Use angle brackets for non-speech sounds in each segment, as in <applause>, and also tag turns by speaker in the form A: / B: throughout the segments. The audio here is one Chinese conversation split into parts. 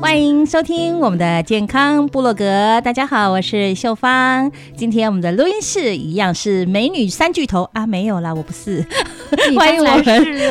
A: 欢迎收听我们的健康部落格。大家好，我是秀芳。今天我们的录音室一样是美女三巨头啊，没有啦，我不是。 <laughs> 欢迎我们，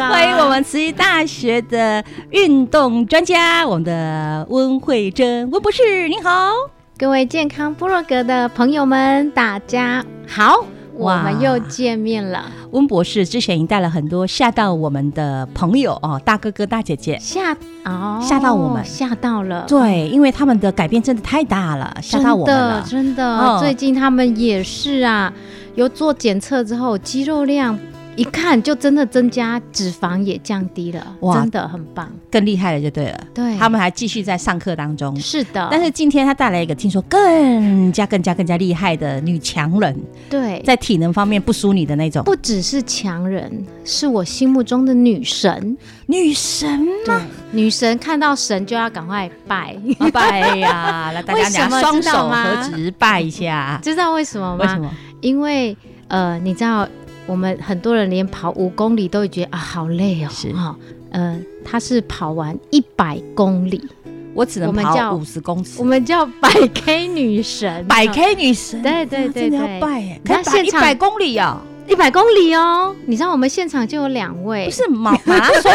A: 欢迎我们慈溪大学的运动专家，我们的温慧珍温博士，您好。
B: 各位健康部落格的朋友们，大家好，我
A: 哇
B: 们又见面了，
A: 温博士之前已经带了很多吓到我们的朋友哦，大哥哥、大姐姐。
B: 吓哦，
A: 吓到我们
B: 吓到了，
A: 对，因为他们的改变真的太大了，吓到我们了。
B: 真的，真的，
A: 嗯
B: 最近他们也是啊，有做检测之后，肌肉量一看就真的增加，脂肪也降低了，
A: 哇
B: 真的很棒，
A: 更厉害了就对了，
B: 对，
A: 他们还继续在上课当中。
B: 是的，
A: 但是今天他带来一个听说更加更加更加厉害的女强人，
B: 对，
A: 在体能方面不输你的那种
B: 不只是强人，是我心目中的女神，
A: <laughs> 女神
B: 对，女神看到神就要赶快
A: <laughs>
B: 拜， <laughs>
A: 啊拜呀！来，大家
B: 为什
A: 俩
B: 么
A: 双
B: 知道
A: 手
B: 吗
A: 合十拜一下。
B: 知道为什么吗？
A: 为什么？
B: 因为呃，你知道我们很多人连跑五公里都会觉得啊好累哦，
A: 是
B: 哈、呃，他是跑完一百公里，
A: <laughs> 我只能
B: 我们
A: 跑
B: 叫
A: 五十公尺
B: 我。们叫百 K 女神，
A: 百 K 女神，
B: 对对
A: 哇
B: 对
A: 真的
B: 对
A: 要拜耶！
B: 那
A: 可以跑一
B: 现场
A: 百公里哦，
B: 一百公里哦。你知道我们现场就有两位，
A: 不是马 <laughs> 马拉松，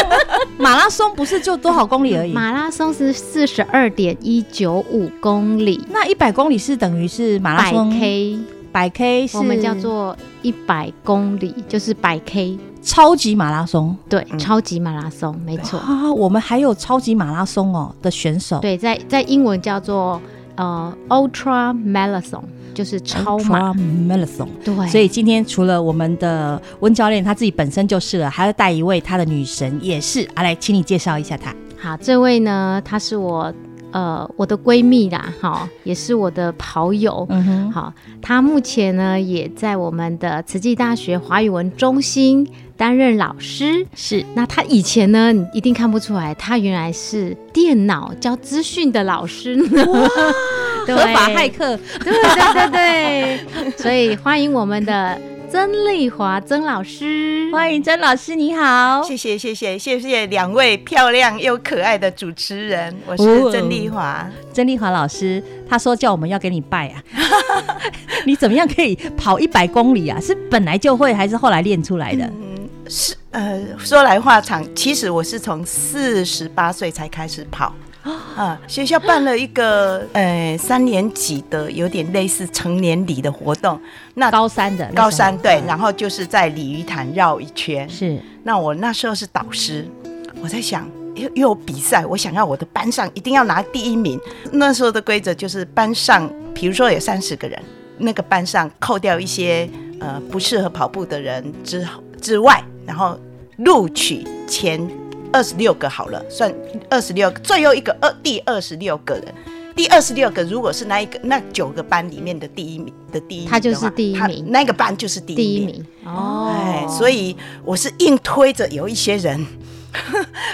A: 马拉松不是就多少公里而已？
B: 马拉松是四十二点一九五公里，
A: 那一百公里是等于是马拉
B: 百
A: 松
B: K
A: 百 K 是
B: 我们叫做一百公里，就是百 K，
A: 超级马拉松。
B: 对，超级马拉松，没错，
A: 啊，我们还有超级马拉松哦的选手，
B: 对，在在英文叫做呃 ultra marathon，就是超马。
A: Ultra Marathon。
B: 对，
A: 所以今天除了我们的温教练他自己本身就是了，还要带一位他的女神也是啊，来，请你介绍一下她。
B: 好，这位呢，她是我呃我的闺蜜啦，哈，也是我的跑友。
A: 嗯哼，
B: 好，她目前呢也在我们的慈济大学华语文中心担任老师。
A: 是
B: 那她以前呢，你一定看不出来，她原来是电脑教资讯的老师呢。 <laughs> 对
A: 合法骇客，
B: 对对
C: <laughs>
B: 对对，所以欢迎我们的曾丽华曾老师。
A: 欢迎曾老师，你好。
C: 谢谢谢谢谢谢两位漂亮又可爱的主持人，我
A: 哦
C: 是郑丽华。
A: 曾丽华老师，她说叫我们要给你拜啊， <laughs> 你怎么样可以跑一百公里啊？是本来就会，还是后来练出来的？
C: 嗯，是呃，说来话长，其实我是从四十八岁才开始跑。啊，学校办了一个呃三年级的，有点类似成年礼的活动。那
A: 高三的那时候
C: 高三对，然后就是在鲤鱼潭绕一圈。
A: 是
C: 那我那时候是导师，我在想，又又有比赛，我想要我的班上一定要拿第一名。那时候的规则就是班上，比如说有三十个人，那个班上扣掉一些呃不适合跑步的人之之外，然后录取前二十六个好了，算二十六，最后一个二第二十六个人第二十六个如果是那一个那九个班里面的第一名的第一名的话，
B: 他就是第一
C: 他
B: 名哦
C: 那个班就是第一
B: 第一
C: 名。
B: 名哦，
C: 哎，所以我是硬推着有一些人， <laughs>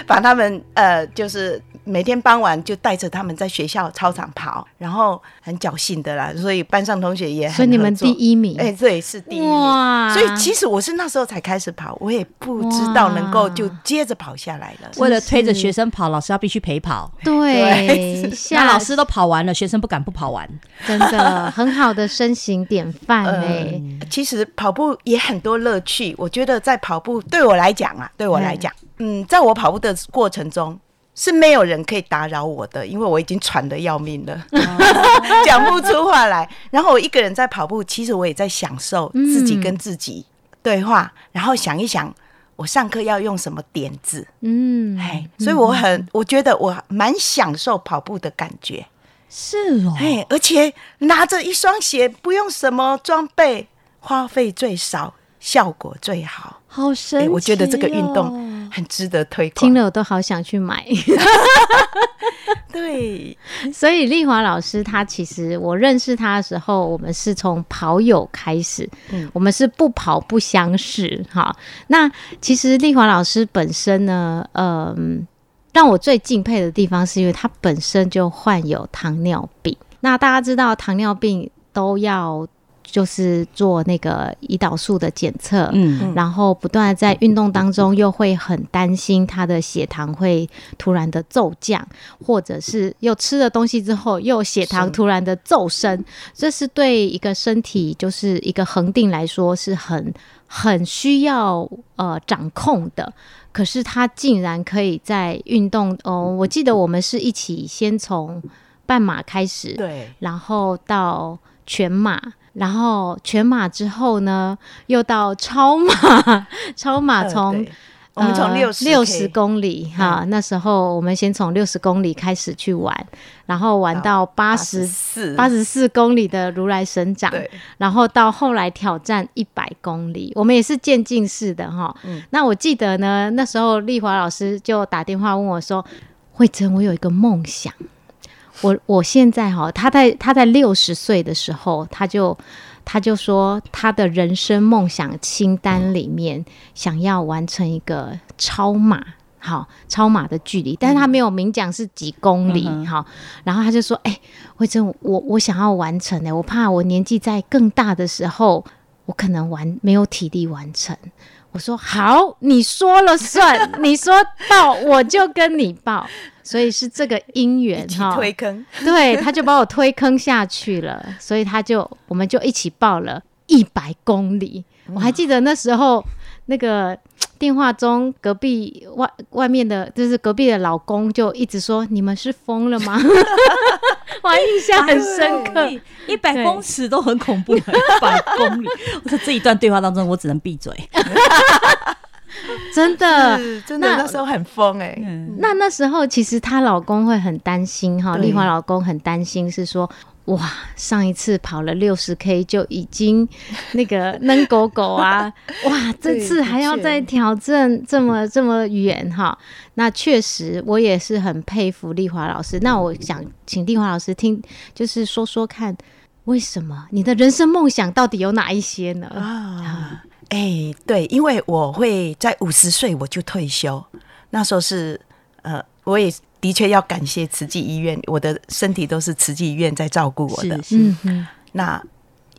C: 把他们呃，就是每天傍晚就带着他们在学校操场跑，然后很侥幸的啦，所以班上同学也很
B: 所以你们
C: 合作
B: 第一名
C: 哎、这也是第一名。
B: 哇
C: 所以其实我是那时候才开始跑，我也不知道能够就
B: 哇
C: 接着跑下来了。
A: 为了推着学生跑，老师要必须陪跑。
C: <laughs>
B: 对，
A: 那
B: 夏
A: 老师都跑完了，学生不敢不跑完。
C: <laughs>
B: 真的很好的身形典范哎，
C: 嗯其实跑步也很多乐趣，我觉得在跑步对我来讲啊，对我来讲，嗯，在我跑步的过程中。是没有人可以打扰我的，因为我已经喘得要命了，
B: 哦
C: <laughs> 讲不出话来。然后我一个人在跑步，其实我也在享受自己跟自己对话，然后想一想我上课要用什么点子。
B: 嗯，
C: 哎、所以我很，我觉得我蛮享受跑步的感觉。
A: 是哦，
C: 哎，而且拿着一双鞋，不用什么装备，花费最少，效果最好。哎
A: 好神奇、
C: 我觉得这个运动。很值得推广
B: 哦听。了我都好想去买。
C: 对，
B: 所以丽华老师他其实我认识他的时候，我们是从跑友开始，我们是不跑不相识哈。那其实丽华老师本身呢，嗯、让我最敬佩的地方是因为他本身就患有糖尿病。那大家知道糖尿病都要就是做那个胰岛素的检测，
A: 嗯，
C: 嗯
B: 然后不断地在运动当中，又会很担心他的血糖会突然的骤降，或者是又吃了东西之后又血糖突然的骤升，这是对一个身体就是一个恒定来说是很很需要呃掌控的。可是他竟然可以在运动哦，我记得我们是一起先从半马开始，
C: 对，
B: 然后到全马，然后全马之后呢，又到超马， <laughs> 超马
C: 呃
B: 啊从、
C: 对我们从六十嗯
B: 呃六十公里哈、那时候我们先从六十公里开始去玩，然后玩到八十
C: 四
B: 八十四公里的如来神掌，
C: 对，
B: 然后到后来挑战一百公里，我们也是渐进式的哈。那我记得呢，那时候丽华老师就打电话问我说：“慧珍，我有一个梦想，我我现在哈，他在他在六十岁的时候，他就他就说他的人生梦想清单里面想要完成一个超马。”好，超马的距离，但是他没有明讲是几公里。好，然后他就说：“哎、慧珍，我我想要完成哎、我怕我年纪在更大的时候，我可能完没有体力完成。我说好，你说了算，你说报我就跟你报，所以是这个姻缘
C: 起
B: 哈。
C: 推坑，
B: 对，他就把我推坑下去了，所以他就我们就一起报了一百公里。我还记得那时候那个电话中隔壁外外面的，就是隔壁的老公就一直说：“你们是疯了吗？” <laughs> 我还印象很深刻。
A: 一百
B: 对
A: 公尺都很恐
B: <laughs>
A: 怖，一百公里。我说这一段对话当中，我只能闭嘴。
B: 真的。
C: 是真的那时候很疯哎、
B: 那那时候其实她老公会很担心哈，
C: 对
B: 丽华老公很担心是说。哇，上一次跑了六十 K 就已经那个扔狗
C: <laughs>
B: 狗啊！哇，这次还要再挑战这么这么远哈。那确实，我也是很佩服丽华老师。那我想请丽华老师听，就是说说看，为什么你的人生梦想到底有哪一些呢？
C: 啊，哎、对，因为我会在五十岁我就退休，那时候是呃，我也的确要感谢慈济医院，我的身体都是慈济医院在照顾我的
A: 是。是，
B: 嗯嗯，
C: 那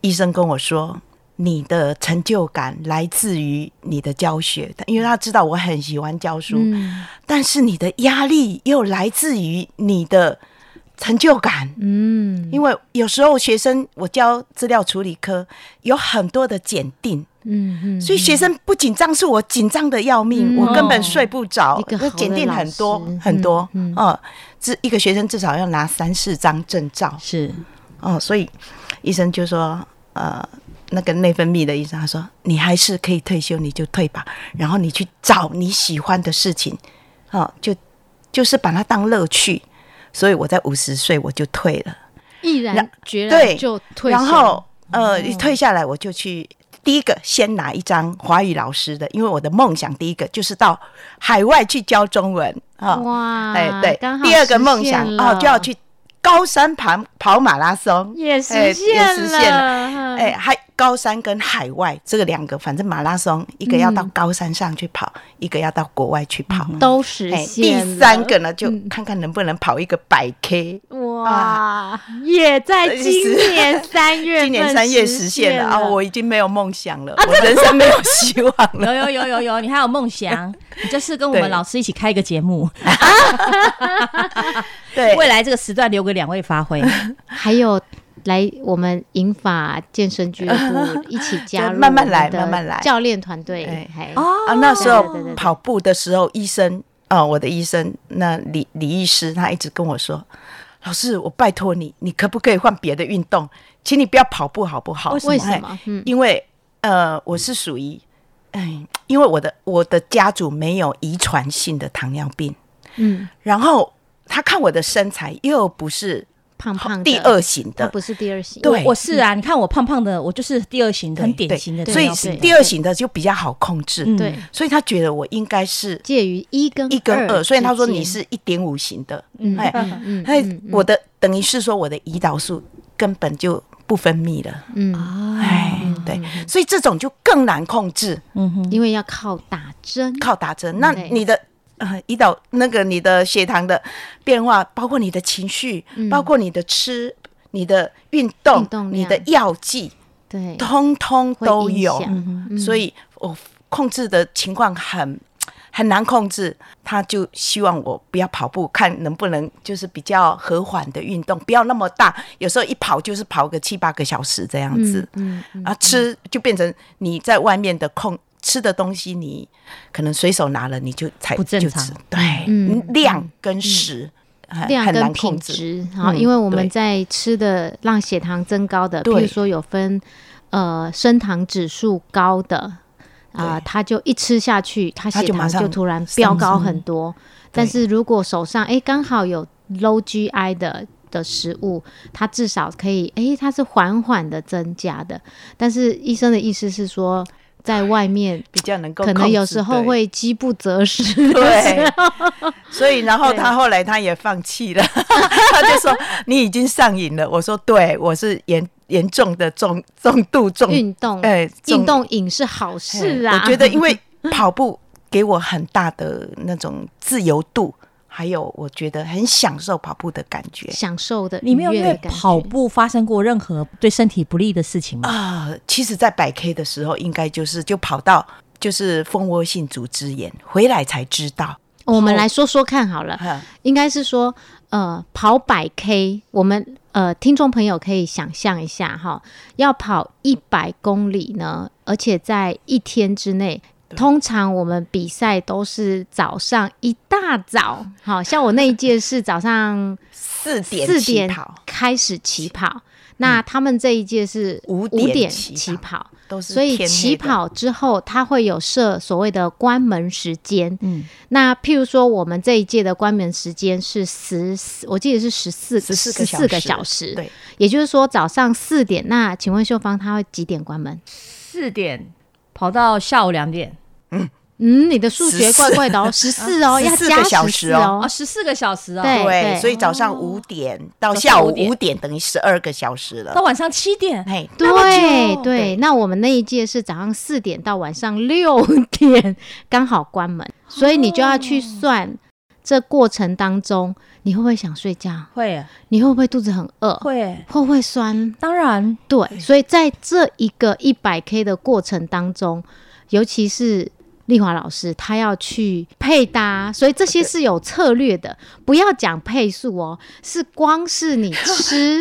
C: 医生跟我说，你的成就感来自于你的教学，因为他知道我很喜欢教书，
B: 嗯
C: 但是你的压力又来自于你的成就感。
B: 嗯
C: 因为有时候学生，我教资料处理科有很多的检定，
B: 嗯嗯，
C: 所以学生不紧张是我紧张的要命，
B: 嗯
C: 我根本睡不着
B: 一个。好
C: 哦那
B: 的
C: 检定很多
B: 老师
C: 很多，
B: 嗯嗯
C: 哦，至一个学生至少要拿三四张证照，
A: 是
C: 哦，所以医生就说，呃，那个内分泌的医生他说，你还是可以退休，你就退吧，然后你去找你喜欢的事情，哦，就就是把它当乐趣。所以我在五十岁我就退了。
B: 毅然
C: 然
B: 决
C: 对
B: 然就退哦休，
C: 然后呃，一退下来我就去。第一个先拿一张华语老师的，因为我的梦想第一个就是到海外去教中文啊。
B: 哇，
C: 哎、对
B: 刚，好
C: 第二个梦想
B: 实现了
C: 哦就要去高山跑跑马拉松
B: 也实
C: 哎
B: 现
C: 也实现
B: 了
C: 了，
A: 嗯
C: 哎，还高山跟海外这个两个，反正马拉松一个要到高山上去跑，一个要到国外去跑。
B: 嗯
D: 嗯
B: 都实
C: 哎，第
B: 现了。
C: 三个呢，就看看能不能跑一个百 K，
B: 哇，也在今年三月
C: 今
B: 份，
C: 年三月实现了
B: 了
C: 啊！我已经没有梦想了，我人生没有希望了。
A: 有有有有有，你还有梦
C: <laughs>
A: 想，你这次跟我
C: 对
A: 们老师一起开一个节目，
C: <laughs> 对，
A: <laughs> 未来这个时段留给两位发挥。
B: 还有来我们银法健身俱
C: <laughs>
B: 乐部一起加入，
C: 慢慢来慢慢来
B: 教练团队
C: 哎
B: 嘿嗯
C: 啊，那时候
B: 对对对对
C: 跑步的时候，医生啊、我的医生那李李医师，他一直跟我说：“老师，我拜托你，你可不可以换别的运动？请你不要跑步好不好？
B: 为什么
C: 哎？
B: 嗯，
C: 因为呃，我是属于，哎，因为我的我的家族没有遗传性的糖尿病，
B: 嗯，
C: 然后他看我的身材又不是
B: 胖胖的哦
C: 第二型
B: 它
C: 的，
B: 不是第二
C: <laughs>
B: 型，
C: 对
A: 我我是啊，你看我胖胖的，我就是第二型，
C: 对
A: 很典
C: 对
A: 型的
C: 所
A: 这
C: 以
A: 样子，
B: 对
C: 第二型的就比较好控制，
A: 嗯
B: 对，
C: 所以他觉得我应该是
B: 介于一跟
C: 一跟二，所以他说
B: 之间
C: 你是一点五型的，
B: 嗯
C: 哎
B: 嗯嗯
C: 哎
B: 嗯，
C: 我的等于是说我的胰岛素根本就不分泌了，
B: 嗯，
C: 哎，对，所以这种就更难控制，
A: 嗯哼，
B: 因为要靠打针，
C: 靠打针。那
B: 嗯对
C: 你的呃胰岛那个你的血糖的变化，包括你的情绪，包括你的吃、你的运动
B: 嗯运动、量
C: 你的药剂，
B: 对，
C: 通通
B: 会
C: 都
B: 影
C: 有，
B: 响嗯
C: 所以我控制的情况很很难控制。他就希望我不要跑步，看能不能就是比较和缓的运动，不要那么大。有时候一跑就是跑个七八个小时这样子，
B: 嗯嗯
C: 啊，吃就变成你在外面的控吃的东西，你可能随手拿了你就才
A: 不正
C: 就
A: 常
C: 吃对，
B: 嗯
C: 嗯量跟时、很
B: 量
C: 呃很
B: 跟
C: 难
B: 品
C: 控制。
B: 质啊，
C: 嗯
B: 因为我们
C: 对
B: 在吃的让血糖增高的，比
C: 对
B: 如说有分呃升糖指数高的啊
C: 对，
B: 它就一吃下去，它
C: 它
B: 血
C: 就马
B: 糖
C: 上
B: 就突然飙高很多。但是如果手上哎刚好有 low GI 的的食物，它至少可以哎它是缓缓的增加的。但是医生的意思是说，在外面
C: 比较能够
B: 可
C: 控制，
B: 能有时候
C: 对
B: 会饥不择食， <laughs>
C: 对，所以然后他后来他也放弃了， <laughs> 他就说你已经上瘾了。我说对，我是严严重的重重度重
B: 运动
C: 哎重
B: 运动瘾是好事啊。
C: 我觉得因
B: <laughs>
C: 为跑步给我很大的那种自由度，还有我觉得很享受跑步的感觉。
B: 享受的
A: 你没有
B: 愉
A: 因
B: 悦的
A: 为
B: 感觉
A: 跑步发生过任何对身体不利的事情吗？
C: 啊、其实，在百 K 的时候，应该就是就跑到就是蜂窝性组织炎，回来才知道。
B: 哦我们来说说看好了，
C: 哈
B: 应该是说，呃，跑百 K，我们呃听众朋友可以想象一下哈，要跑一百公里呢，而且在一天之内。通常我们比赛都是早上一大早，
C: <laughs>
B: 好像我那一届是早上
C: 四点
B: 四
C: 起
B: 点
C: 跑嗯
B: 开始起跑，那他们这一届是
C: 五点
B: 点
C: 起
B: 起
C: 跑
B: 跑，
C: 都是
B: 所以
C: 天黑
B: 起
C: 的
B: 跑之后，它会有设所谓的关门时间。
A: 嗯，
B: 那譬如说，我们这一届的关门时间是十四，我记得是十四
C: 14个
B: 个
C: 小
B: 14个
C: 时
B: 小时。
C: 对，
B: 也就是说早上四点。那请问秀芳，她会几点关门？
A: 四点跑到下午两点，
B: 嗯，你的数学
C: 14
B: 怪怪的哦，十四哦，
C: 14
B: 要
C: 啊个
B: 加
C: 小
B: 十
C: 时
B: 四
C: 哦
A: 哦，。十四个小时哦，
B: 对
C: 对，所以早上五点到下午五点，等于十二个小时
A: 到
C: 了。
A: 晚上七点，
C: 嘿，
B: 对对，那我们那一届是早上四点到晚上六点，刚好关门，所以你就要去
C: 哦
B: 算这过程当中，你会不会想睡觉？
A: 会
B: 你会不会肚子很饿？
A: 会，
B: 会不会酸？
A: 当然
B: 对，所以在这一个一百 K 的过程当中，尤其是丽华老师，她要去配搭，所以这些是有策略的。不要讲配速哦，是光是你 吃，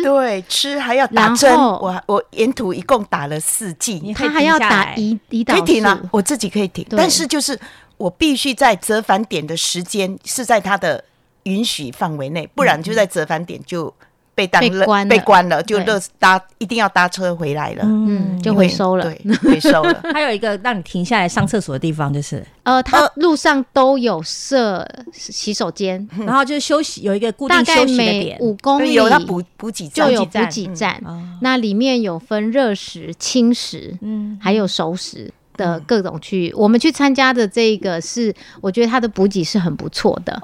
C: <laughs> 对，吃还要打
B: 然
C: 针，
B: 后
C: 我我沿途一共打了四剂
A: 你，
B: 她还要打
A: 一，
B: 胰胰岛
C: 可以停啊
B: 素，，
C: 我自己可以停，
B: 对
C: 但是就是我必须在折返点的时间是在它的允许范围内，不然就在折返点就被当
B: 被
C: 乐
B: 关
C: 被
B: 了
C: 关了，就
B: 对
C: 乐搭一定要搭车回来了，
B: 嗯，就
C: 因
B: 回
C: 为
B: 收了。
C: 对， <laughs> 回收
B: <laughs>
C: 了。
A: 还有一个让你停下来上厕所的地方，就是，
B: 呃，他路上都有设洗手间，
C: 嗯
A: 然后就是休息有一个固
B: 大
A: 定
B: 概
A: 休息的
B: 每
A: 点，
B: 五公里
C: 有它补补给
B: 就
C: 站
B: 有
C: 嗯
B: 补
A: 站
B: 给站，
A: 哦
B: 那里面有分热食、轻食，
A: 嗯
B: 还有熟食。的
C: 嗯
B: 各种区域，我们去参加的这个是，我觉得它的补给是很不错的。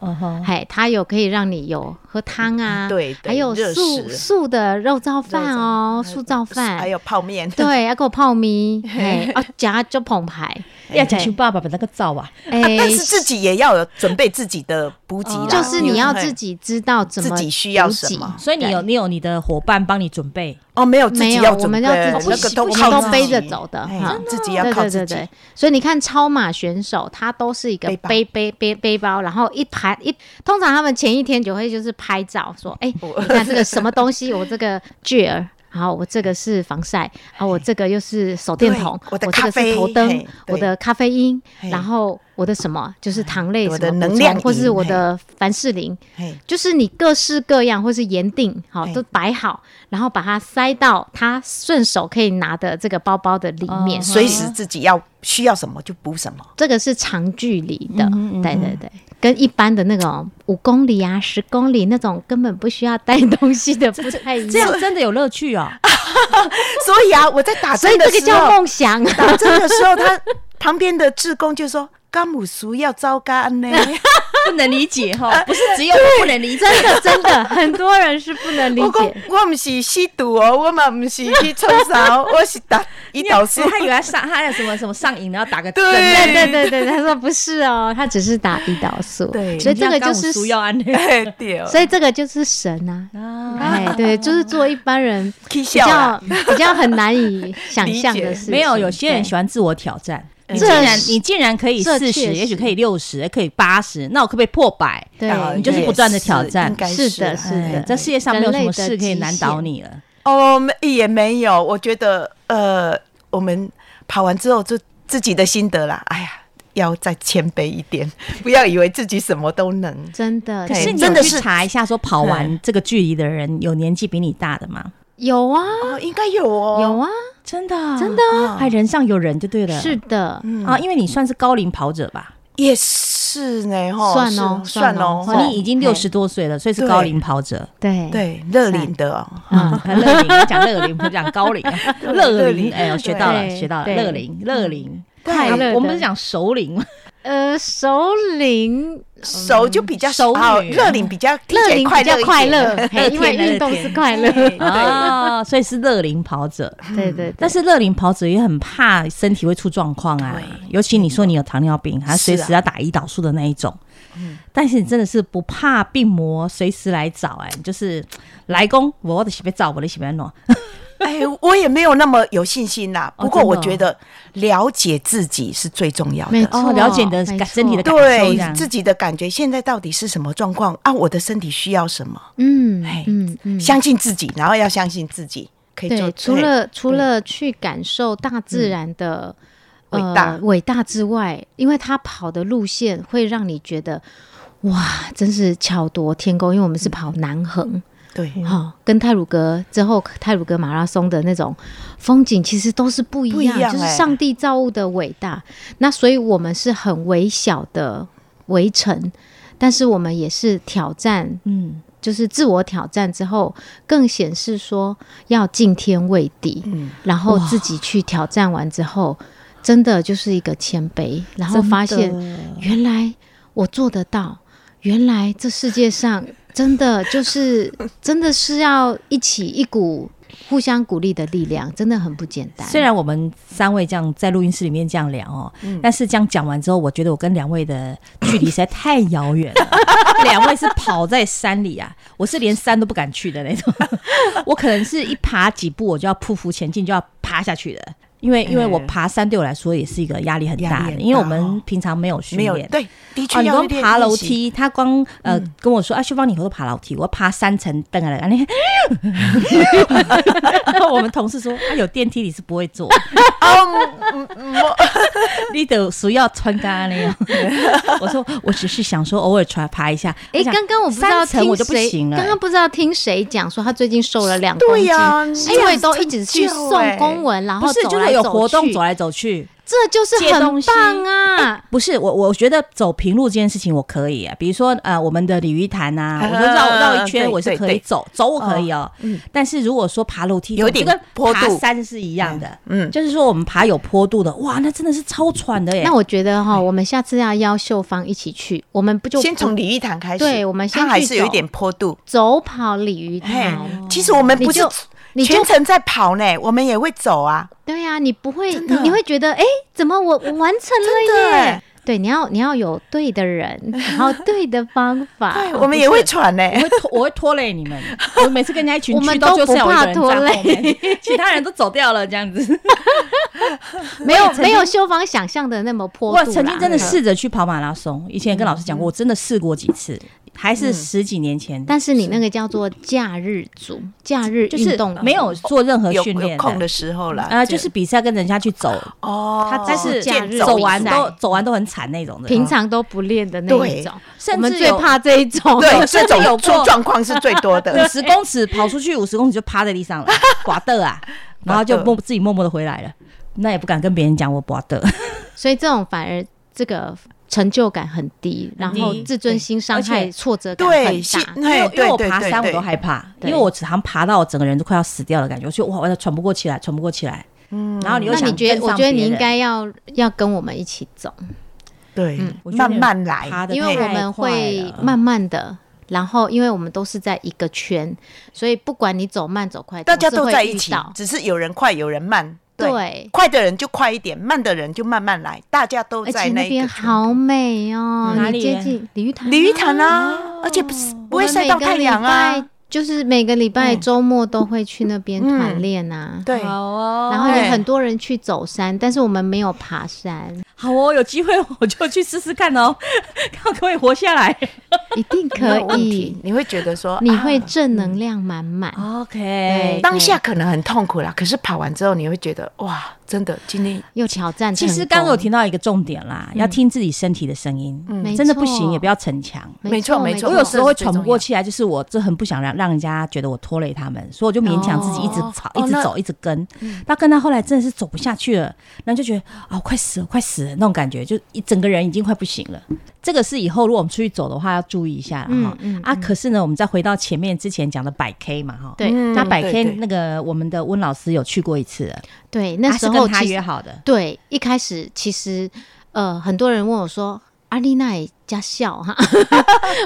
B: 嗨，它有可以让你有喝汤啊，
C: 嗯对对
B: 还有
C: 热
B: 素
C: 食
B: 素的肉燥饭哦，素燥
C: <laughs>
B: 饭，
C: 还有泡面，
B: 对，还给我泡
C: <laughs>
B: 米，哎，啊，夹就澎湃，
A: 要讲求爸爸把那个灶啊，
B: 哎，
C: 但是自己也要有准备自己的补给啦，
B: 哦就是你要自己知道怎么
C: 自己需要
B: 补
C: 什
B: 给
C: 么
A: 所以你有你有你的伙伴帮你准备，
C: 哦，没有自
B: 没
C: 己
B: 有
C: 要
B: 我
C: 准备，
B: 们要自己
C: 那个都
B: 我们
C: 靠
B: 都
C: 自
B: 背
C: 己
B: 着走的
C: 哎
B: 哈
C: 自己要靠
B: 对
C: 自己
B: 对对，。所以你看超马选手，他都是一个
C: 背包
B: 背背背背包，然后一盘一，通常他们前一天就会就是拍照说，哎、你看这个什么东西，我这个
C: <laughs>
B: gear。然后我这个是防晒，啊，我这个又是手电筒，
C: 对我的
B: 这个
C: 咖啡
B: 是头
C: 嘿
B: 灯，
C: 对
B: 我的咖啡因，
C: 嘿
B: 然后我的什么就是糖类
C: 我
B: 什么
C: 的
B: 补
C: 能
B: 充
C: 量
B: 或是
C: 饮
B: 我
C: 嘿
B: 的凡士林，
C: 嘿
B: 就是你各式各样，或是盐定好
C: 对
B: 都摆好，然后把它塞到他顺手可以拿的这个包包的里面。
A: 嗯
B: 所
C: 随
B: 以
C: 时自己要需要什么就补什么。
B: 这个是长距离的，
A: 嗯嗯嗯
B: 对对对，跟一般的那种五公里啊、十公里那种根本不需要带东西的不太一
A: 这
B: 样
A: 样。真的有乐趣哦。
C: 所以啊，我在打
B: 所以
C: 针的
B: 这个
C: 时
B: 叫
C: 候，
B: 梦想。啊
C: 打针的时候，他旁边的志工就说：“甘姆叔要糟干呢。
A: <laughs> 不能理解 <laughs> 哈，不是 <laughs> 只有我不能理解，
B: 真的真的，很多人是不
A: <laughs>
B: 能理
C: 我讲
B: 解。
C: 我不是吸毒哦，我嘛不是去冲啥，我是打胰岛素。
A: 他以为他上他有什么什么上瘾，然后打 <laughs> 个针
C: 对
B: 对对对对，他说不是哦，他只是打胰岛素。
C: 对
B: 所以这个就是，
A: 输 <laughs> 药安
C: <laughs> 哎对哦，
B: 所以这个就是神啊。
A: 啊， <laughs>
B: 哎，对，就是做一般人
C: 起
B: 比
C: 笑
B: 较
C: 啦
B: 比较很难以想象
C: 理解
B: 的事情。
A: 没有有些人喜欢自我挑战。你
B: 这
A: 竟然
B: 是
A: 你竟然可以
B: 这
A: 四
B: 确
A: 十，
B: 实
A: 也许可以六十，可以八十，那我可不可以破百？
B: 对
C: 啊
A: 你就是不断地挑战
C: 应该
B: 是的是的
C: 哎
A: 对，这世界上没有什么事可以难倒你了。
C: 哦，没也没有，我觉得呃，我们跑完之后就自己的心得啦。哎呀，要再谦卑一点，不要以为自己什么都能。
B: 哎真的，
A: 可是
B: 对
A: 你
C: 真
A: 有
C: 的
A: 去
C: 是
A: 查一下，说跑完这个距离的人有年纪比你大的吗？
B: 有啊
C: 哦，应该有哦，
B: 有啊，
A: 真的，
B: 真的
A: 的，还人上有人就对了。
B: 是的，
C: 嗯
A: 啊，因为你算是高龄跑者吧？
C: 也是呢，吼，
B: 算
C: 是
B: 哦
C: 算
B: 算
C: 哦
B: 哦，
C: 吼
B: 算
A: 你已经六十多岁了，所以是
C: 对
A: 高龄跑者。 <laughs>
B: 对
C: 对乐
B: 嗯
C: 龄的哦，
A: 啊，乐龄，我讲乐龄，不是讲高龄啊，乐
C: 乐
A: 龄，
C: 龄嗯
A: 哎，我学到了，
B: 对
A: 学到了，
B: 对
A: 乐龄，乐龄。
B: 太
A: 啊
B: 乐
A: 我们不是
B: 的
A: 讲熟龄吗？
B: 呃首领
C: 手就比较
A: 熟
C: 哦
A: 女
C: 乐龄比较听
B: 嗯乐
C: 起来
B: 龄
C: 快
B: 比较
C: 乐一
B: 快
C: 点 <laughs>
B: 乐，嘿因为
A: 乐天
B: 运动
A: 乐天
B: 是快乐，
A: 啊，所以是乐龄跑者。
B: 对对，
A: 但是乐龄跑者也很怕身体会出状况啊，尤其你说你有糖尿病，还随
B: 啊
A: 时要打胰岛素的那一种。
B: 嗯
A: 但是你真的是不怕病魔随时来找哎、你就是来攻我的喜欢找我的喜欢弄，
C: 哎，我也没有那么有信心啦。
A: 哦
C: 不过
A: 真的
C: 我
A: 哦
C: 觉得了解自己是最重要
B: 没
C: 的。
B: 错，
A: 哦了解你的
B: 没
A: 感
B: 错
A: 身体的感受这
C: 对
A: 样
C: 自己的感觉，现在到底是什么状况啊？我的身体需要什么？
B: 嗯
C: 哎
B: 嗯嗯，
C: 相信自己，然后要相信自己可以做
B: 对，。除
C: 嘿
B: 了除
C: 对嗯
B: 了去感受大自然的、
C: 伟大
B: 呃、伟大之外，因为他跑的路线会让你觉得。哇，真是巧夺天工！因为我们
C: 嗯
B: 是跑南横，
C: 对
B: 哈、跟泰鲁格之后泰鲁格马拉松的那种风景，其实都是不一
C: 不一
B: 样，
C: 样
B: 就是
C: 哎
B: 上帝造物的伟大。那所以我们是很微小的围城，但是我们也是挑战
A: 嗯，
B: 就是自我挑战之后，更显示说要敬天畏地，
C: 嗯
B: 然后自己去挑战完之后，真的就是一个谦卑，然后发现原来我做得到，原来这世界上真的就是 <laughs> 真的是要一起一股互相鼓励的力量，真的很不简单。
A: 虽然我们三位这样在录音室里面这样聊哦，但是这样讲完之后，我觉得我跟两位的距离实在太遥远 <laughs> 了。两位是跑在山里啊，我是连山都不敢去的那种。 <laughs> 我可能是一爬几步我就要匍匐前进，就要趴下去的。因为因为我爬山对我来说也是一嗯个压力很大
C: 压力
A: 的，
C: 很大
A: 因为我们平常没有训
C: 没有
A: 练。
C: 对，的
A: 哦，
B: 啊
C: 确
A: 你
C: 要
A: 光
C: 练
A: 爬楼
C: 练习。
A: 梯，他光呃跟我说啊，秀芳，你以后都爬楼梯，我爬三层登啊，你 <laughs> 我们同事说啊，有电梯你是不会坐，
C: 嗯
A: 你得需要穿干那样。我说我只是想说偶尔穿爬一下，
B: 诶，
A: 他讲
B: 刚刚我不知道
A: 三层
B: 听
A: 我就不
B: 谁
A: 行了
B: 刚刚不知道听谁讲说他最近瘦了两公
C: 对
B: 斤，
C: 呀，
B: 因为都一直去
C: 这样
B: 送
C: 子
B: 公文，然
A: 不
B: 后
A: 是
B: 走
A: 就
B: 来
A: 是有
B: 走
A: 活动
B: 去
A: 走来走去，
B: 这就是很棒啊！
A: 不是我，我觉得走平路这件事情我可以啊，比如说呃，我们的鲤鱼潭啊，我说绕绕一圈我是可以走，走我可以哦。
B: 嗯
A: 但是如果说爬楼梯，
C: 有点
A: 跟
C: 坡
A: 爬
C: 度
A: 山是一样的，
C: 嗯，
A: 就是说我们爬有坡度的，哇，那真的是超喘的耶。
B: 那我觉得
A: 哎
B: 哈，我们下次要邀秀芳一起去，我们不就
C: 先从鲤鱼潭开始，
B: 对我们先
C: 它还
B: 去
C: 是有一
B: 走
C: 点坡度。
B: 走跑鲤鱼
C: 嘿
B: 潭，，
C: 其实我们
B: 你
C: 不是
B: 就你就
C: 全程在跑呢，我们也会走啊。
B: 对呀、你不会，
C: 真
B: 你
C: 的
B: 你会觉得，哎，怎么我我完成
C: 真
B: 了
C: 的
B: 耶
C: 哎？
B: 对，你要你要有对的人，
A: <laughs>
B: 然后对的方法。
C: 对，啊我们也会喘呢。
A: 我会拖，我会拖累你
B: <laughs>
A: 们。我每次跟人家一群
B: 我们
A: 去，
B: 都
A: 就是
B: 不
A: 要有一
B: 怕
A: 个人
B: 拖
A: 在后
B: 累
A: 面，其他人都走掉了，这样
B: <laughs>
A: 子。
B: 没有没有秀芳想象的那么坡
A: 我
B: 度啦。嗯
A: 曾经真的试着去跑马拉松，以前也跟老师讲过，我真的试过几次，还是十几年前，
B: 嗯但是你那个叫做假日组，假日
A: 就是
B: 运动
A: 没有做任何
C: 有
A: 训
C: 有
A: 练
C: 空的呃时候啦，
A: 啊，就是比赛跟人家去走，
C: 哦，
A: 他但是
B: 假日
A: 走
B: 比
A: 完
B: 赛
A: 都走完都很惨那种的。
B: 平常都不练的那一
C: 对
B: 种，我
A: 甚
B: 们
A: 至
B: 最
A: 有
B: 怕这一种。 <laughs>
C: 对这
A: 甚至有
C: 种
A: 过
C: 出状况是最多
A: 哦五
C: 的。
A: 十公尺跑出去，五十公尺就趴在地上了， <laughs> 寡的啊，然后就默自己默默的回来了，那也不敢跟别人讲我寡的，
B: 所以这种反而这个成就感很低，然后自尊心伤
A: 而
B: 害、
A: 且
B: 挫折感
C: 对，
B: 很
C: 是
B: 大。
A: 因为
C: <laughs> 嘿
A: 因为
C: 对
A: 我
C: 对
A: 爬
C: 对
A: 山我都
C: 对，
A: 害怕，因
B: 对
A: 为我常爬到我整个人都快要死掉的感觉，我就哇，我喘不过气来，喘不过气来。嗯，然后你又
B: 那
A: 想
B: 你觉
A: 跟
B: 得？
A: 上
B: 我觉得
A: 别
B: 你应
A: 人
B: 该要要跟我们一起走，
C: 对
B: 嗯，
A: 我觉得
C: 慢
A: 你
C: 慢来。
A: 爬得
B: 因为
A: 太
B: 我们
A: 快
B: 会
A: 了
B: 慢慢的，然后因为我们都是在一个圈，所以不管你走慢走快，
C: 大家
B: 总
C: 都
B: 是会
C: 在一
B: 遇
C: 起
B: 到，
C: 只是有人快，有人慢。
B: 对
C: 快的人就快一点，慢的人就慢慢来，大家都
B: 而且
C: 在
B: 哎那
C: 一个圈
B: 边好美哦，
A: 哪
B: 你
A: 里
B: 接
A: 耶
B: 近鲤鱼潭，
C: 鲤鱼潭啊，而且不是不
B: 哦我
C: 会
B: 们
C: 晒
B: 每
C: 到
B: 个
C: 太
B: 礼
C: 阳
B: 拜
C: 啊。。
B: 就是每个礼拜周末都会去那边
C: 嗯
B: 团练啊，
C: 对，
A: 好哦，
B: 然后有
C: 对
B: 很多人去走山，但是我们没有爬山，
C: <laughs>
A: 好哦，有机会我就去试试看哦， <laughs> 看我可不可以活下来。
B: 一定
C: 没
B: 可
C: 有问
B: 以
C: 题，，你嗯会觉得说
B: 你
C: 啊哎
B: 会正能量满满。
C: 哦
A: OK，
C: 当下可能很痛苦啦，可是跑完之后你会觉得哇，真的今天
B: 又挑战
A: 其
B: 成功。
A: 实刚刚有听到一个重点啦，要听自己身体的声音，嗯
B: 嗯没
A: 真的
B: 错嗯
A: 不行也不要逞强。
C: 没错没错我
A: 我有
C: 有
A: 时
C: 时
A: 候
C: 候会
A: 会喘
C: 喘
A: 不
C: 不
A: 过
C: 过
A: 气来，就是我这很不想让让人家觉得我拖累他们，所以我就勉强自己一直吵，
C: 哦
A: 一直
C: 那
A: 走，一直跟。
B: 嗯
A: 到跟到后来真的是走不下去了，然后就觉得啊、我快死了，快死了那种感觉，就一整个人已经快不行了。这个是以后如果我们出去走的话要注意一下了哈。
B: 嗯嗯
A: 啊，可是呢，我们再回到前面之前讲的百 K 嘛哈。
B: 对
C: 嗯
A: 那百 K
C: 对对
A: 那个我们的温老师有去过一次了，
B: 对，那
A: 啊
B: 时
A: 是
B: 候
A: 跟他
B: 其实
A: 约好的。
B: 对一开始其实呃，很多人问我说。阿丽娜也加笑哈， <laughs>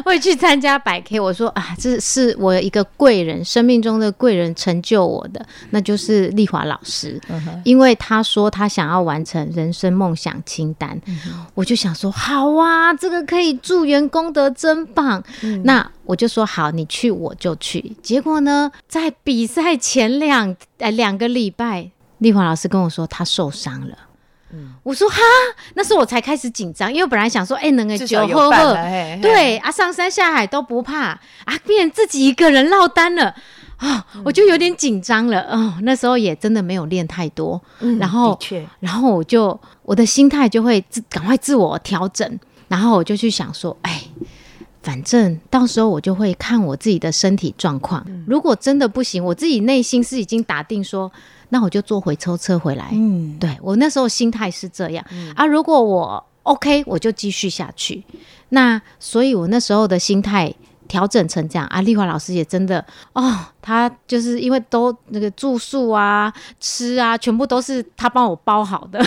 B: 会去参加百 K。我说啊，这是我一个贵人，生命中的贵人成就我的，那就是丽华老师。
A: 嗯哼
B: 因为他说他想要完成人生梦想清单，我就想说好啊，这个可以助员功德真棒。
C: 嗯
B: 那我就说好，你去我就去。结果呢，在比赛前两呃两个礼拜，丽华老师跟我说他受伤了。
C: 嗯
B: 我说哈，那时候我才开始紧张，因为我本来想说，哎、能个
C: 至
B: 酒
C: 少
B: 喝
C: 有伴了
B: 喝，
C: 嘿，嘿
B: 对啊，上山下海都不怕啊，变成自己一个人落单了。哦，我就有点紧张了。哦，那时候也真的没有练太多，
C: 嗯
B: 然后
C: 的确
B: 然后我就我的心态就会自赶快自我调整，然后我就去想说，哎，反正到时候我就会看我自己的身体状况，如果真的不行，我自己内心是已经打定说，那我就坐回抽车回来。
A: 嗯，
B: 对我那时候心态是这样、啊，如果我 OK，我就继续下去。那所以，我那时候的心态调整成这样啊。丽华老师也真的哦，他就是因为都那个住宿啊、吃啊，全部都是他帮我包好的， <laughs>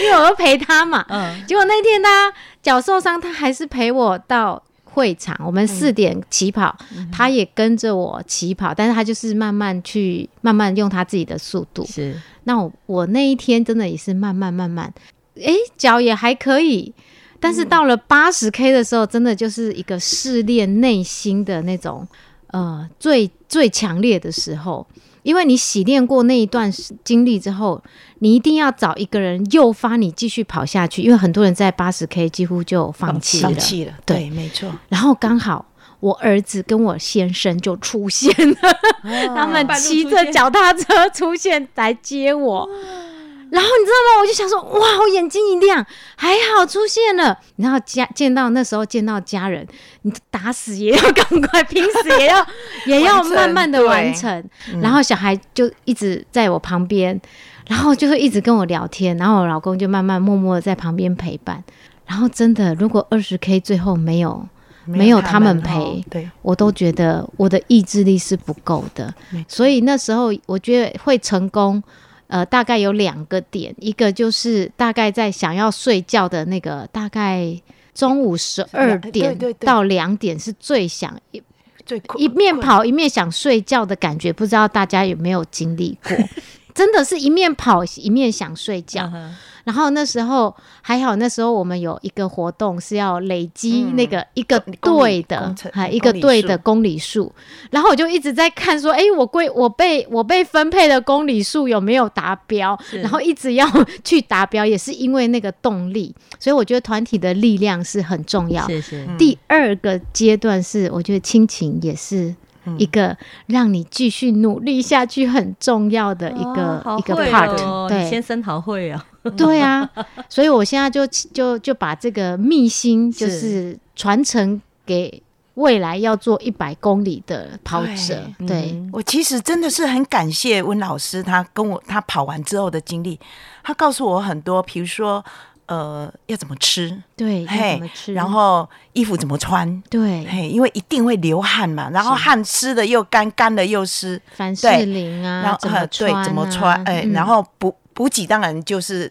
B: 因为我要陪他嘛。
A: 哦嗯，
B: 结果那天他脚受伤，他还是陪我到会场。我们四点起跑，
A: 嗯
B: 他也跟着我起跑，但是他就是慢慢去，慢慢用他自己的速度。
A: 是
B: 那我我那一天真的也是慢慢慢慢，诶，脚也还可以，但是到了八十 K 的时候，真的就是一个试炼内心的那种呃最最强烈的时候，因为你洗练过那一段时经历之后，你一定要找一个人诱发你继续跑下去，因为很多人在八十 K 几乎就放弃了，
C: 放弃了，
B: 对
C: 对，没错，
B: 然后刚好。我儿子跟我先生就出现哦了，他们骑着脚踏车出现来接我。然后你知道吗？我就想说，哇，我眼睛一亮，还好出现了。然后家见到那时候见到家人，你打死也要赶快，拼死也要也要
C: 完成
B: 慢慢的完
C: 对
B: 成。
C: 嗯
B: 然后小孩就一直在我旁边，然后就会一直跟我聊天，然后我老公就慢慢默默的在旁边陪伴。然后真的，如果二十 K 最后没有没有他们陪
C: 哦，对，
B: 我都觉得我的意志力是不够的
C: 没错，
B: 所以那时候我觉得会成功，呃，大概有两个点，一个就是大概在想要睡觉的那个大概中午十二
C: 对
B: 点
C: 对对
B: 到两点是最想一
C: 最困
B: 一面跑一面想睡觉的感觉，不知道大家有没有经历
C: <laughs>
B: 过？真的是一面跑一面想睡觉，
A: 嗯
B: 然后那时候还好，那时候我们有一个活动是要累积
C: 嗯
B: 那个一个
C: 公
B: 队
C: 里
B: 的
C: 公程，
B: 还
C: 公
B: 一个
C: 里
B: 队
C: 数
B: 的公里数。然后我就一直在看说，诶，我归我被我被分配的公里数有没有达标？然后一直要 <laughs> 去达标，也是因为那个动力。所以我觉得团体的力量是很重要。
A: 是是，
B: 第二个阶段是，我觉得亲情也是。
C: 嗯
B: 一个让你继续努力下去很重要的呃一个、
A: 哦
B: 一个
A: 好会
B: part，、
A: 哦你
B: 对，
A: 先生好会哦，
C: <laughs>
B: 对啊，所以我现在就就就把这个秘辛，就是传承给未来要做一百公里的跑者。对，
C: 我其实真的是很感谢温老师，他跟我他跑完之后的经历，他告诉我很多，比如说呃要怎么吃，
B: 对，要
C: 嘿
B: 怎么吃？
C: 然后衣服怎么穿，
B: 对，
C: 嘿，因为一定会流汗嘛，然后汗湿了又干，干了又湿，
B: 凡士林啊，
C: 然后
B: 怎么
C: 呃
B: 穿、啊？
C: 对怎么穿，哎、然后补补给当然就是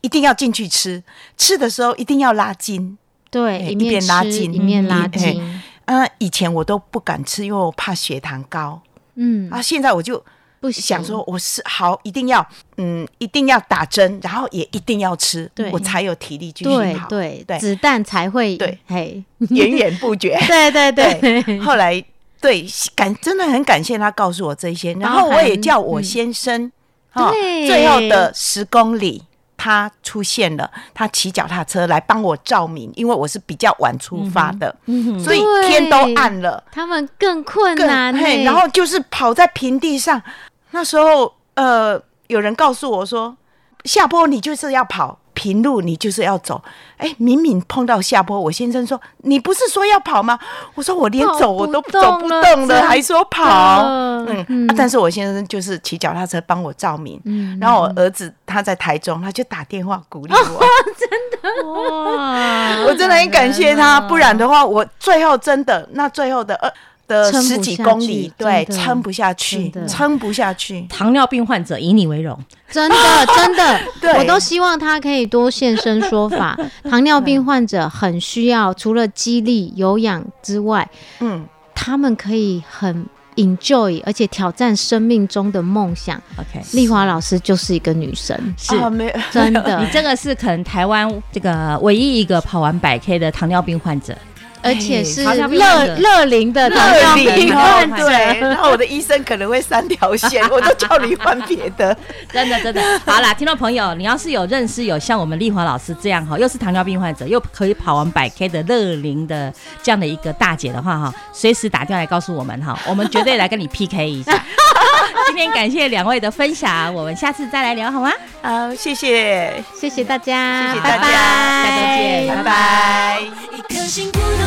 C: 一定要进去吃，吃的时候一定要拉筋。
B: 对，
C: 哎
B: 一
C: 一
B: 面
C: 边拉
B: 吃
C: 筋
B: 一面
C: 嗯
B: 拉
C: 哎
B: 筋。
C: 啊，以前我都不敢吃，因为我怕血糖高
B: 嗯，
C: 啊。现在我就
B: 不行
C: 想说，我是好，一定要，嗯，一定要打针，然后也一定要吃，
B: 对
C: 我才有体力继续
B: 对
C: 跑，
B: 对
C: 对
B: 子弹才会
C: 对
B: 嘿，。
C: 源源不绝
B: 对对对，
C: 对，后来对感真的很感谢他告诉我这些，然后
B: 包含
C: 我也叫我
B: 嗯
C: 先生，哦
B: 对
C: 最后的十公里。他出现了，他骑脚踏车来帮我照明，因为我是比较晚出发的，
A: 嗯
C: 所以
B: 嗯对
C: 天都暗了，
B: <laughs> 他们更困
C: 更
B: 难呢、
C: 嘿，然后就是跑在平地上。那时候，呃，有人告诉我说，下坡你就是要跑，平路你就是要走。哎，明明碰到下坡，我先生说你不是说要跑吗？我说我连
B: 跑
C: 走
B: 不
C: 我都
B: 动
C: 走不
B: 了
C: 动
B: 真
C: 了，还说跑。嗯，
B: 嗯
C: 啊但是我先生就是骑脚踏车帮我照明。
B: 嗯
C: 然后我儿子他在台中，他就打电话鼓励我，
A: 哇，
C: 我真的很感谢他，不然的话，我最后真的那最后的二的
B: 撑不
C: 十几
B: 下
C: 公
B: 去
C: 里，
B: 真
C: 对，
B: 的
C: 撑不下去
B: 真的，
C: 撑不下去。
A: <laughs> 糖尿病患者以你为荣，
B: <laughs> 真的，真的
C: <laughs> 对，
B: 我都希望他可以多现身说
C: <laughs>
B: 法。糖尿病患者很需要，除了激励、有氧之外，
C: 嗯，
B: 他们可以很 enjoy，而且挑战生命中的梦想。
A: OK，
B: 丽华老师就是一个女神，
A: 是
C: 啊， <laughs> 没有
B: 真
A: 你
B: 的，
A: 这个是可能台湾这个唯一一个跑完百 K 的糖尿病患者，
B: 而且
C: 哎
B: 是
A: 糖尿病患
B: 乐
A: 者
B: 乐龄的糖尿病患
C: 哦
B: 者。
C: 对，然后我的医生可能会三条 <laughs> 线，我都叫你换别的。
A: <laughs> 真的真的。好啦，听众朋友，你要是有认识有像我们丽华老师这样哈，又是糖尿病患者，又可以跑完百 K 的乐龄的这样的一个大姐的话哈，随时打电话来告诉我们哈，我们绝对来跟你 PK 一下。 <laughs> 今天感谢两位的分享，我们下次再来聊好吗？
C: 好，谢谢，
B: 谢谢大家，
C: 谢谢
B: 拜
C: 大家
A: 下周
B: 拜，
A: 见
C: 拜拜。
E: 一颗心扑通扑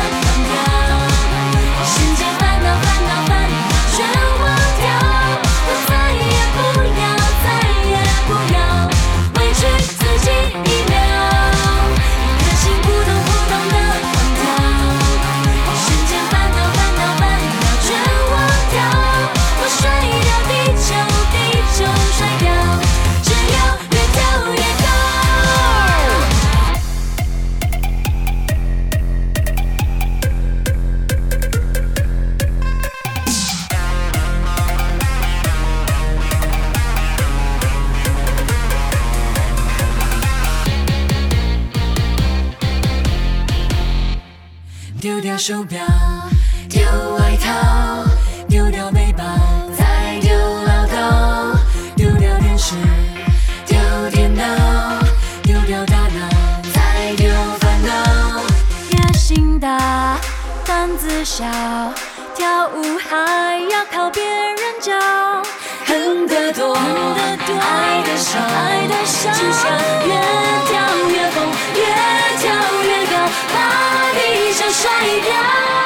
E: 狂跳，心间烦恼烦恼烦恼全忘掉，我再也不要再也不要委屈自己一秒。一颗心扑通扑通的狂跳，心间烦恼烦恼烦恼全忘掉，我甩掉地球地球甩掉，只要越跳越高。丢掉手表，丢外套，丢掉背包，再丢老高，丢掉电视，丢电脑，丢掉大脑，再丢烦恼。野心大，胆子小，跳舞还要靠别人教，恨得得多，爱得少，只想越跳越疯，越跳越高，把地上甩掉。